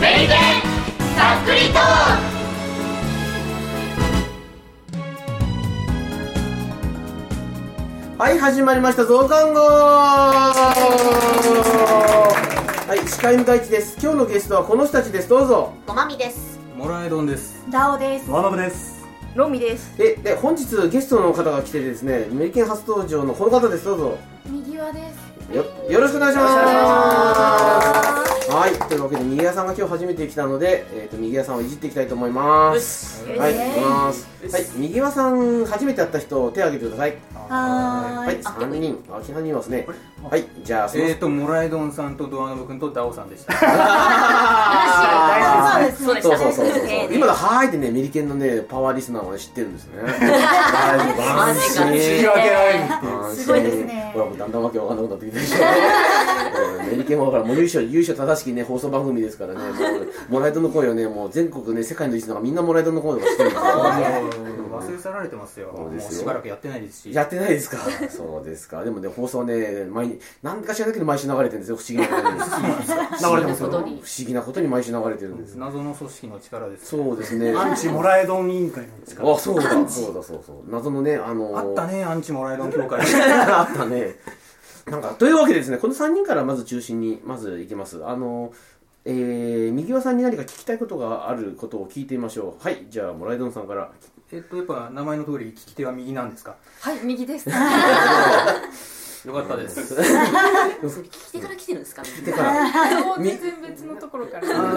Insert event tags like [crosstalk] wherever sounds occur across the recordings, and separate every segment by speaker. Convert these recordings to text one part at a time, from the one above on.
Speaker 1: メリケンさっくりトー
Speaker 2: はい、始まりました、増刊号はい、司会の大地です。今日のゲストはこの人たちです、どうぞ。
Speaker 1: クごまみです
Speaker 3: モラエドンです。
Speaker 4: ダオです。
Speaker 3: ワノブです。
Speaker 4: ロミです。
Speaker 2: え、で、本日ゲストの方が来てですね、メリケン初登場のこの方です、どうぞ。
Speaker 4: 右輪です。
Speaker 2: よ、よろしくお願いします。はい、というわけで、右屋さんが今日初めて来たので、えっ、と、右屋さんをいじっていきたいと思います。
Speaker 4: よし
Speaker 2: はい、
Speaker 4: よ
Speaker 2: 行
Speaker 4: し
Speaker 2: きます。はい、右輪さん、初めて会った人、手を挙げてください。
Speaker 4: は
Speaker 2: は
Speaker 4: ー
Speaker 2: い、
Speaker 4: い。
Speaker 2: 三人、あ、三人いますね。
Speaker 3: あ
Speaker 2: はい、じゃあ、その
Speaker 3: えーと、モラエドンさんとドアノブ君とダオさんでした。
Speaker 2: あ
Speaker 4: そうですね
Speaker 2: そうそうそうそう
Speaker 4: そうですね
Speaker 2: 今の「はーい」ってねメリケンのねパワーリスナーは知ってるんですね大丈夫安心
Speaker 3: 訳ない。
Speaker 2: 安心
Speaker 4: すごいですね
Speaker 2: ほらもうだんだんわけわかんなくなってきてるでしょうんメリケンはからもう優勝優勝正しきね放送番組ですからねもうモライドの声をねもう全国ね世界のリスナーがみんなモライドの声を知ってるんですよ
Speaker 5: [laughs]
Speaker 3: 忘れ去られてますよ。
Speaker 2: そう
Speaker 3: も
Speaker 2: で
Speaker 3: う
Speaker 2: すよ
Speaker 3: しばらくやってないですし。
Speaker 2: やってないですかそうですかでもね放送ね毎日何かしらだけど毎週流れてるんですよ [laughs] 不思議なことに
Speaker 5: 流れてますよ
Speaker 2: 不思議なことに毎週流れてるんです
Speaker 3: 謎の組織の力です。
Speaker 2: そうですね
Speaker 5: アンチモラエドン委員会の力
Speaker 2: あそうだそうだそうそう謎のねあのー
Speaker 3: あったね、アンチモラエドン協
Speaker 2: [laughs]
Speaker 3: 会。
Speaker 2: あったね。なんか、というわけでですね、この3人からまず中心に、まずいきます。あの、えー、右輪さんに何か聞きたいことがあることを聞いてみましょう。はい、じゃあ、モライドンさんから。
Speaker 3: えっと、やっぱ名前の通り、利き手は右なんですか
Speaker 4: はい、右です。
Speaker 3: よかったです。
Speaker 1: 来てから来てるんですか
Speaker 2: でから、
Speaker 6: 全然別のところか
Speaker 3: [laughs] あーそう
Speaker 6: ら。
Speaker 3: なん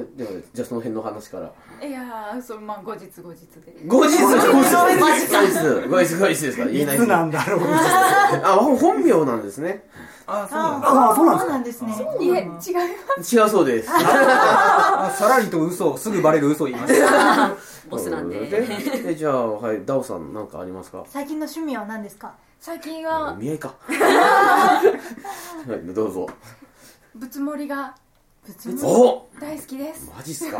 Speaker 4: あ
Speaker 2: ではじゃあその辺の話から。
Speaker 6: いやー、そう、まあ、後日後日で。
Speaker 2: 後日後日後日後日後日ですか言え
Speaker 5: い
Speaker 2: ない
Speaker 5: つなんだろう
Speaker 2: あ、ほん本名なんですね。
Speaker 3: ですか。あー、そうなんだ。
Speaker 5: ああそうなんで
Speaker 4: そ
Speaker 5: す
Speaker 4: う
Speaker 5: か
Speaker 4: なんですね。
Speaker 6: いえ、違います。
Speaker 2: 違うそうです。
Speaker 3: あさらりと嘘を、すぐバレる嘘を言いました。
Speaker 1: ボスなんで
Speaker 2: でじゃあ、はい、ダオさん何かありますか
Speaker 4: 最近の趣味は何ですか。
Speaker 6: 最近は、
Speaker 2: 見合いか。はい、どうぞ。
Speaker 6: ぶつ盛りが
Speaker 4: ぶつぶ
Speaker 2: お
Speaker 6: 大好きです。
Speaker 2: マジっすか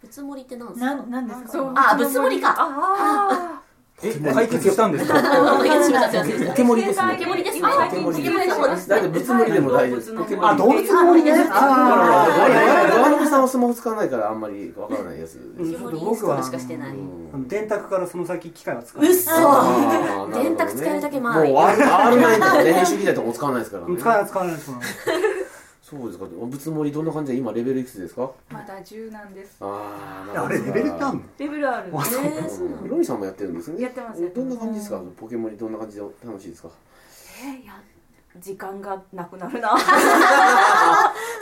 Speaker 1: ぶつ盛りってなんです
Speaker 4: な
Speaker 1: か
Speaker 4: んなんです
Speaker 6: そう
Speaker 4: か。
Speaker 1: あぶつ盛りか
Speaker 6: あ
Speaker 3: え、解決したんですか
Speaker 1: あいや違う違う違う違う
Speaker 2: ポケモリですね。
Speaker 1: ポケモリですね
Speaker 6: あ
Speaker 2: ポケモリ
Speaker 1: ポケモリの方です
Speaker 2: だいぶ物盛りでも大丈夫。ポケモ
Speaker 5: あ
Speaker 2: リ。
Speaker 5: 動物の森ねあ
Speaker 2: あ
Speaker 5: あ
Speaker 2: あ
Speaker 5: はいはい
Speaker 2: ド
Speaker 5: は
Speaker 2: アノブさんはスマホ使わないからあんまりわからないやつ
Speaker 5: う
Speaker 2: で
Speaker 5: ん
Speaker 2: す。
Speaker 1: ポケモリインストールしかしてない
Speaker 5: い電卓からその先機械は使わ
Speaker 1: う
Speaker 5: な
Speaker 1: っ
Speaker 5: い
Speaker 1: そ
Speaker 2: あーなるほどね
Speaker 1: 電卓使えるだけまあ
Speaker 2: もう R9 とかね編集機材とかも使わないですから
Speaker 5: う
Speaker 2: ね
Speaker 5: ん使わない使わないそうなんです
Speaker 2: そうですか物盛りどんな感じで今レベルいくつですか
Speaker 6: まだ柔軟です。
Speaker 2: あーなるほど
Speaker 5: あれレベルってあんの
Speaker 6: レベルある。
Speaker 5: あそう
Speaker 1: えーそうな
Speaker 2: うん
Speaker 1: の
Speaker 2: ロミさんもやってるんですね
Speaker 6: やってますやって
Speaker 2: ど
Speaker 6: ます
Speaker 2: んな感じですかポケモリどんな感じで楽しいですか
Speaker 7: 時間がなくなるな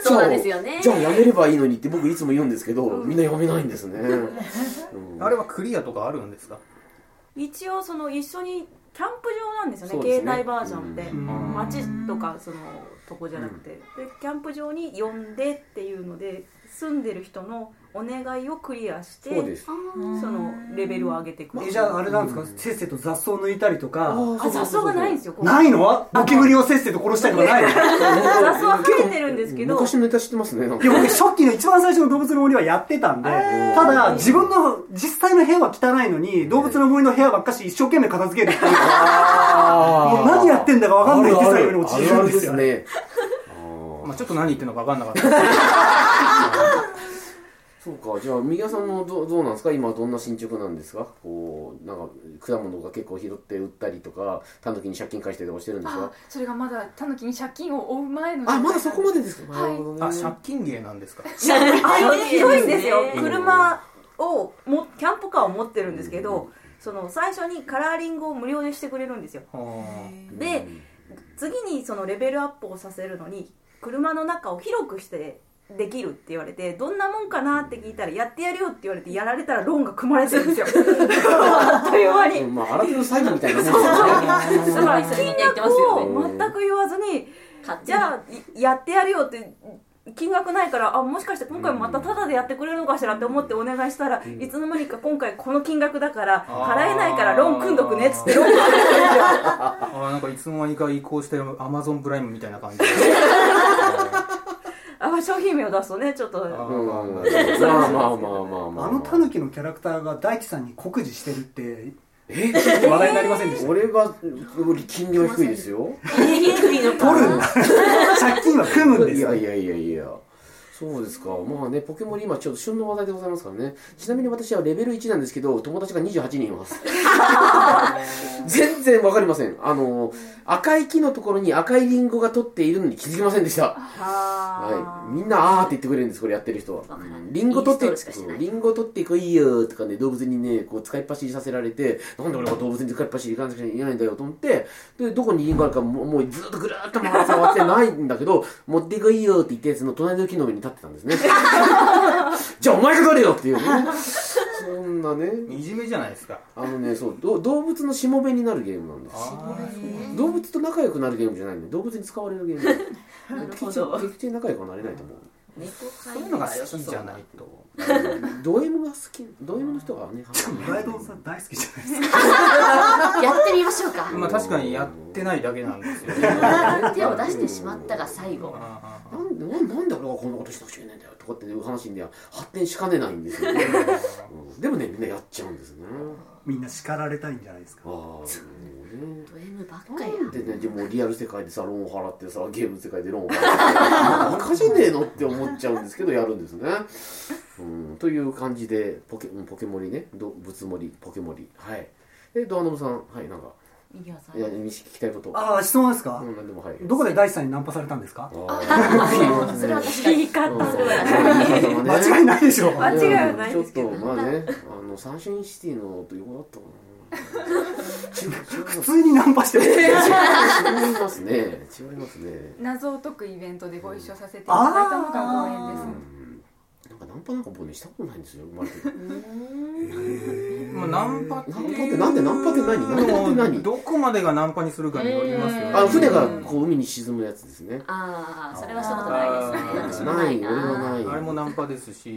Speaker 1: そうなんですよね
Speaker 2: じゃあやめればいいのにって僕いつも言うんですけどみんなやめないんですねうん
Speaker 3: あれはクリアとかあるんですか
Speaker 7: [laughs] 一応その一緒にキャンプ場なんですよ
Speaker 2: そ
Speaker 7: ね
Speaker 2: うですね
Speaker 7: 携帯バージョンって、
Speaker 2: うん
Speaker 7: 街とかそのとこじゃなくて、でキャンプ場に呼んでっていうので住んでる人のお願いをクリアして
Speaker 2: そうです
Speaker 1: あー
Speaker 7: そのレベルを上げていく
Speaker 5: えじゃああれなんですかせっせと雑草抜いたりとか
Speaker 7: あ雑草がないんですよここ
Speaker 5: ないのゴキブリをせっせと殺したりとかないのいや
Speaker 7: 雑草は増えてるんですけど
Speaker 2: 昔のネタ知ってますねなんか
Speaker 5: 僕初期の一番最初の動物の森はやってたんでただ自分の実際の部屋は汚いのに動物の森の部屋ばっかし一生懸命片付ける
Speaker 2: [laughs]
Speaker 5: っていうもう何やってんだか分かんないって最後に陥るんですよ
Speaker 2: あるあるあるあるですね
Speaker 3: まあちょっと何言ってるのか分かんなかった
Speaker 2: [laughs]
Speaker 3: です。
Speaker 2: そうかじゃあ右屋さんのどどうなんですか今どんな進捗なんですかこうなんか果物が結構拾って売ったりとかタヌキに借金返したりとかしてるんです
Speaker 6: あ
Speaker 2: か
Speaker 6: ー、それがまだ、たぬきに借金を負う前の。
Speaker 2: あまだそこまでですか、
Speaker 6: はい
Speaker 2: なるほど
Speaker 3: あ、
Speaker 2: ね
Speaker 3: 借金芸なんですか
Speaker 7: ひどいんですよ
Speaker 1: うん
Speaker 7: 車をもキャンプカーを持ってるんですけどその最初にカラーリングを無料でしてくれるんですよ
Speaker 3: あー
Speaker 7: で次にそのレベルアップをさせるのに車の中を広くしてできるって言われてどんなもんかなって聞いたらやってやるよって言われてやられたらローンが組まれてるん [laughs] ですよあっという間に
Speaker 2: うんまあ、あらゆる詐欺みたいなもんです
Speaker 7: だから金額を
Speaker 2: ね
Speaker 7: 全く言わずに
Speaker 1: 勝手
Speaker 7: じ
Speaker 1: に
Speaker 7: ゃあいやってやるよって金額ないからあもしかして今回またタダでやってくれるのかしらって思ってお願いしたら、いつの間にか今回この金額だから
Speaker 3: あー
Speaker 7: 払えないからローン組んどくねっつってローン
Speaker 3: あー、なんかいつの間にか移行してアマゾンプライムみたいな感じで。
Speaker 7: あ商品名を出すとねちょっ
Speaker 3: あ
Speaker 7: と
Speaker 2: うん
Speaker 3: ー
Speaker 2: まあまあまあまあまあ、ま
Speaker 5: あのタヌキのキャラクターが大地さんに酷似してる
Speaker 2: [laughs]
Speaker 5: って
Speaker 2: え
Speaker 5: 話題になりませんでした
Speaker 2: 俺がより金利は低いですよ
Speaker 1: ギリギリ首の
Speaker 5: 取るんだ借金は組むんで
Speaker 2: い
Speaker 5: すよ
Speaker 2: やいやいやいやそうですか。まあね、ポケモン今ちょっと旬の話題でございますからね。ちなみに私はレベル1なんですけど、友達が28人い
Speaker 7: [laughs]
Speaker 2: ます。全然わかりません。あの、赤い木のところに赤いリンゴが取っているのに気づきませんでした。
Speaker 7: は
Speaker 2: はい、みんなあーって言ってくれるんですこれやってる人は
Speaker 1: わからない
Speaker 2: リンゴ取って
Speaker 1: インストールしかしてない
Speaker 2: リンゴ取ってこいよとかね動物にねこう使いっ走りさせられてなんで俺が動物に使いっ走り行かなきゃいけないんだよと思ってでどこにリンゴあるかもうもうずっとぐるーっと回って触ってないんだけど [laughs] 持ってこいよって言ったやつの隣の木の上に立ってたんです
Speaker 1: [laughs]
Speaker 2: ねじゃあお前が取れよっていうねそんなね
Speaker 3: いじめじゃないですか。
Speaker 2: あのねそうど動物のしもべになるゲームなんです
Speaker 3: あ
Speaker 2: 動物と仲良くなるゲームじゃないんで動物に使われるゲーム
Speaker 1: [laughs] なるほ
Speaker 2: 敵と
Speaker 1: ど。
Speaker 2: 敵と仲良くはなれないと思う
Speaker 1: 猫
Speaker 3: あ、
Speaker 1: 飼
Speaker 3: そういうのが好きじゃないと。
Speaker 2: [laughs] ド M が好きド M の人がね
Speaker 5: ライドンさん大好きじゃないですか
Speaker 1: やってみましょうか。
Speaker 3: まあ確かにやってないだけなんですよね。
Speaker 1: 手を出してしまったが最後。
Speaker 3: あー
Speaker 2: なんでなんなんで俺がこんなことしなくちゃいけないんだよとかっていう話には発展しかねないんですよ、ね [laughs] うんでもねみんなやっちゃうんですね
Speaker 5: みんな叱られたいんじゃないです
Speaker 2: ああ
Speaker 5: か
Speaker 2: もうね
Speaker 1: ド M ばっかや。
Speaker 2: なんでねでもリアル世界でさローンを払ってさゲーム世界でローンを払ってバカじゃねえのって思っちゃうんですけどやるんですね、うん、という感じでポケうんポケモリねど物盛りポケモリはいでドアノブさんはいなんか
Speaker 1: 右はさ
Speaker 2: いや西聞きたいこと
Speaker 5: ああ質問ですか
Speaker 2: うんなんでもはい
Speaker 5: どこで大地さんにナンパされたんですか
Speaker 2: あ
Speaker 1: それは確か
Speaker 7: い。い
Speaker 1: に。
Speaker 7: いかった。
Speaker 5: 間違いないでしょ
Speaker 7: 間違いはないですけど
Speaker 2: ちょっとまあねあのサンシャインシティのと横だったかな
Speaker 5: 普通にナンパしてる
Speaker 2: 違いますね違いますね
Speaker 6: 謎を解くイベントでご一緒させていただいたのがご縁で
Speaker 2: う
Speaker 6: す
Speaker 2: んなんかナンパなんか僕ねしたことないんですよ生まれてから
Speaker 3: まあナンパって
Speaker 2: ナンパってなんでナンパって何ナンパって何
Speaker 3: どこまでがナンパにするかによりますよね。
Speaker 2: あの船がこう海に沈むやつですね
Speaker 1: ああ、それはしたことないですね。私
Speaker 2: な
Speaker 1: もないい
Speaker 2: 俺は
Speaker 1: な。
Speaker 2: ない
Speaker 3: あれもナンパですし、
Speaker 2: う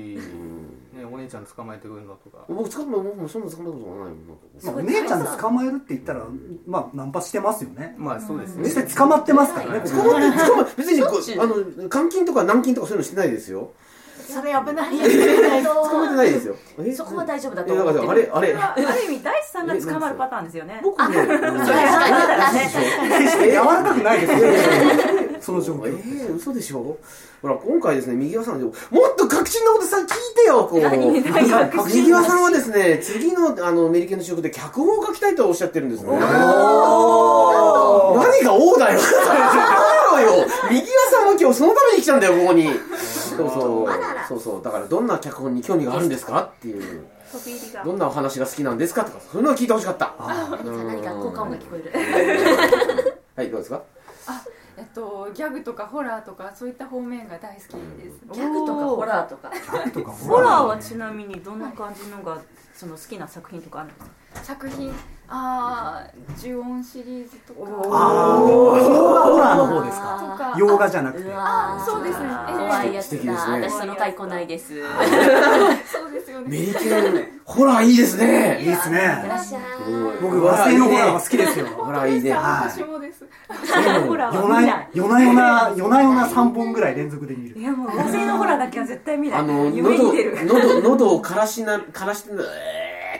Speaker 2: ん
Speaker 3: ね、お姉ちゃん捕まえてくるのとか。
Speaker 2: 僕捕まえ僕もそんな捕まえたことがないもんなんか
Speaker 5: まあお姉ちゃん捕まえるって言ったらまあナンパしてますよね
Speaker 3: まあそうです
Speaker 5: 実
Speaker 3: ね。
Speaker 5: 際捕まってますからね
Speaker 2: 捕まえ [laughs] 捕まえ別にこうあの監禁とか軟禁とかそういうのしてないですよ
Speaker 7: それ危ない。
Speaker 2: 捕まえてないですよえ
Speaker 1: そこは大丈夫だ
Speaker 2: え
Speaker 1: と
Speaker 2: だ
Speaker 1: 思
Speaker 2: か
Speaker 1: って
Speaker 2: ら
Speaker 1: る。
Speaker 2: あれあれ
Speaker 7: ある意味大地さんが捕まるパターンですよ
Speaker 1: [laughs]
Speaker 7: ね。
Speaker 2: 僕ね、うん
Speaker 1: 確かに。
Speaker 5: 決して柔らかくないですよその状
Speaker 2: え
Speaker 5: 況
Speaker 2: ー、嘘でしょほら今回ですね右輪さんでもっと確信のことさ聞いてよこう右輪さんはですね次のあのアメリカの主役で脚本を書きたいとおっしゃってるんですね
Speaker 5: おー
Speaker 2: 何が王だよだろうよ右輪さんは今日そのために来たんだよここにそうそうそうそうだからどんな脚本に興味があるんですかっていう
Speaker 7: 飛び入りが
Speaker 2: どんなお話が好きなんですかとかそういうのを聞いてほしかった
Speaker 1: 何か効果音が聞こえる。
Speaker 2: はいどうですか
Speaker 6: えっとギャグとかホラーとかそういった方面が大好きです
Speaker 1: ギャグとかホラーとか。
Speaker 5: とかほ
Speaker 7: ホラー
Speaker 5: ら
Speaker 7: はちなみにどんな感じのがその好きな作品とかあるんですか
Speaker 6: 作品ああ呪音シリーズとか
Speaker 5: ああホラーの方ですか
Speaker 6: とか
Speaker 5: 洋画じゃなく
Speaker 1: う
Speaker 5: て
Speaker 1: わー
Speaker 6: そうですね
Speaker 1: 怖いやつ
Speaker 2: 素敵で
Speaker 1: だ。
Speaker 2: すね
Speaker 1: 私その太鼓ないです。い
Speaker 6: そうですよ
Speaker 2: メ
Speaker 6: ね
Speaker 2: リケンホラーいいですね
Speaker 5: いいですね
Speaker 1: らっしゃい。
Speaker 5: 僕和製のホラーが好きですよ
Speaker 2: ほらいいね。
Speaker 5: はい
Speaker 6: 私もです
Speaker 7: ホラー
Speaker 5: 夜
Speaker 7: は
Speaker 5: な
Speaker 7: 見
Speaker 5: 夜
Speaker 7: な
Speaker 5: な夜な夜
Speaker 7: い
Speaker 5: な夜な夜な3本ぐらい連続で見る
Speaker 7: いやもう和製のホラーだけは絶対見ない
Speaker 2: あの
Speaker 7: 夢に
Speaker 2: 喉
Speaker 7: 出る
Speaker 2: 喉喉を枯らしな枯らしてえー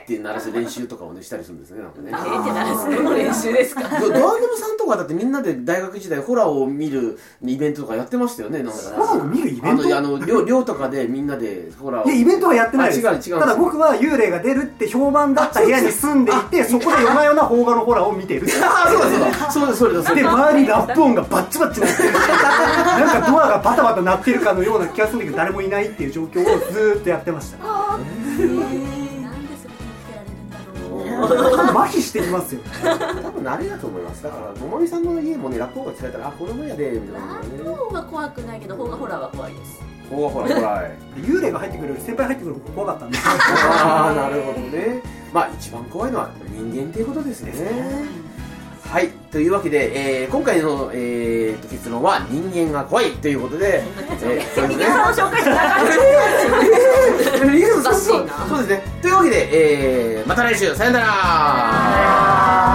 Speaker 2: って鳴らす練習とかをねしたりするんですねなんかね。
Speaker 1: え
Speaker 7: [laughs]
Speaker 1: ーってなるそれも練習で
Speaker 2: [laughs]
Speaker 1: すか。
Speaker 2: ドドアノブさんとかだってみんなで大学時代ホラーを見るイベントとかやってましたよねなんか
Speaker 5: ホラーを見るイベント
Speaker 2: あのあの寮寮とかでみんなでホラーを
Speaker 5: いやイベントはやってないです
Speaker 2: あ違う違うんですよ
Speaker 5: ただ僕は幽霊が出るって評判だった部屋に住んでいてそこで夜な夜な邦画のホラーを見ている
Speaker 2: [laughs] あそうだそうだそうだそうだそう
Speaker 5: で
Speaker 2: だ
Speaker 5: 周りラップ音がバッチバッチ鳴ってるなんかドアがバタバタ鳴ってるかのような気がするんだけど誰もいないっていう状況をずーっとやってま
Speaker 2: [laughs]
Speaker 5: した
Speaker 1: なんでそれにつけられるんだろう。
Speaker 5: 麻痺してきますよ
Speaker 2: 多分あれだと思いますだから桃美さんの家もね落語が聞かれたらあこの部屋でみたいな
Speaker 1: ラ
Speaker 2: ね
Speaker 1: ップ音は怖くないけど、ほがホラーは怖いです。
Speaker 2: ほらほらほ [laughs] ら
Speaker 5: 幽霊が入ってくるより先輩入ってくる方が怖かったんで
Speaker 2: ああなるほどねまあ一番怖いのは人間っていうことですねはいというわけで、えー今回の、えーと結論は人間が怖いということで、えーそうですね
Speaker 7: さんを紹介しながら
Speaker 2: えーそう
Speaker 1: おかし
Speaker 2: [laughs]
Speaker 1: い
Speaker 2: そう
Speaker 1: な
Speaker 2: そうですねというわけで、えーまた来週さよなら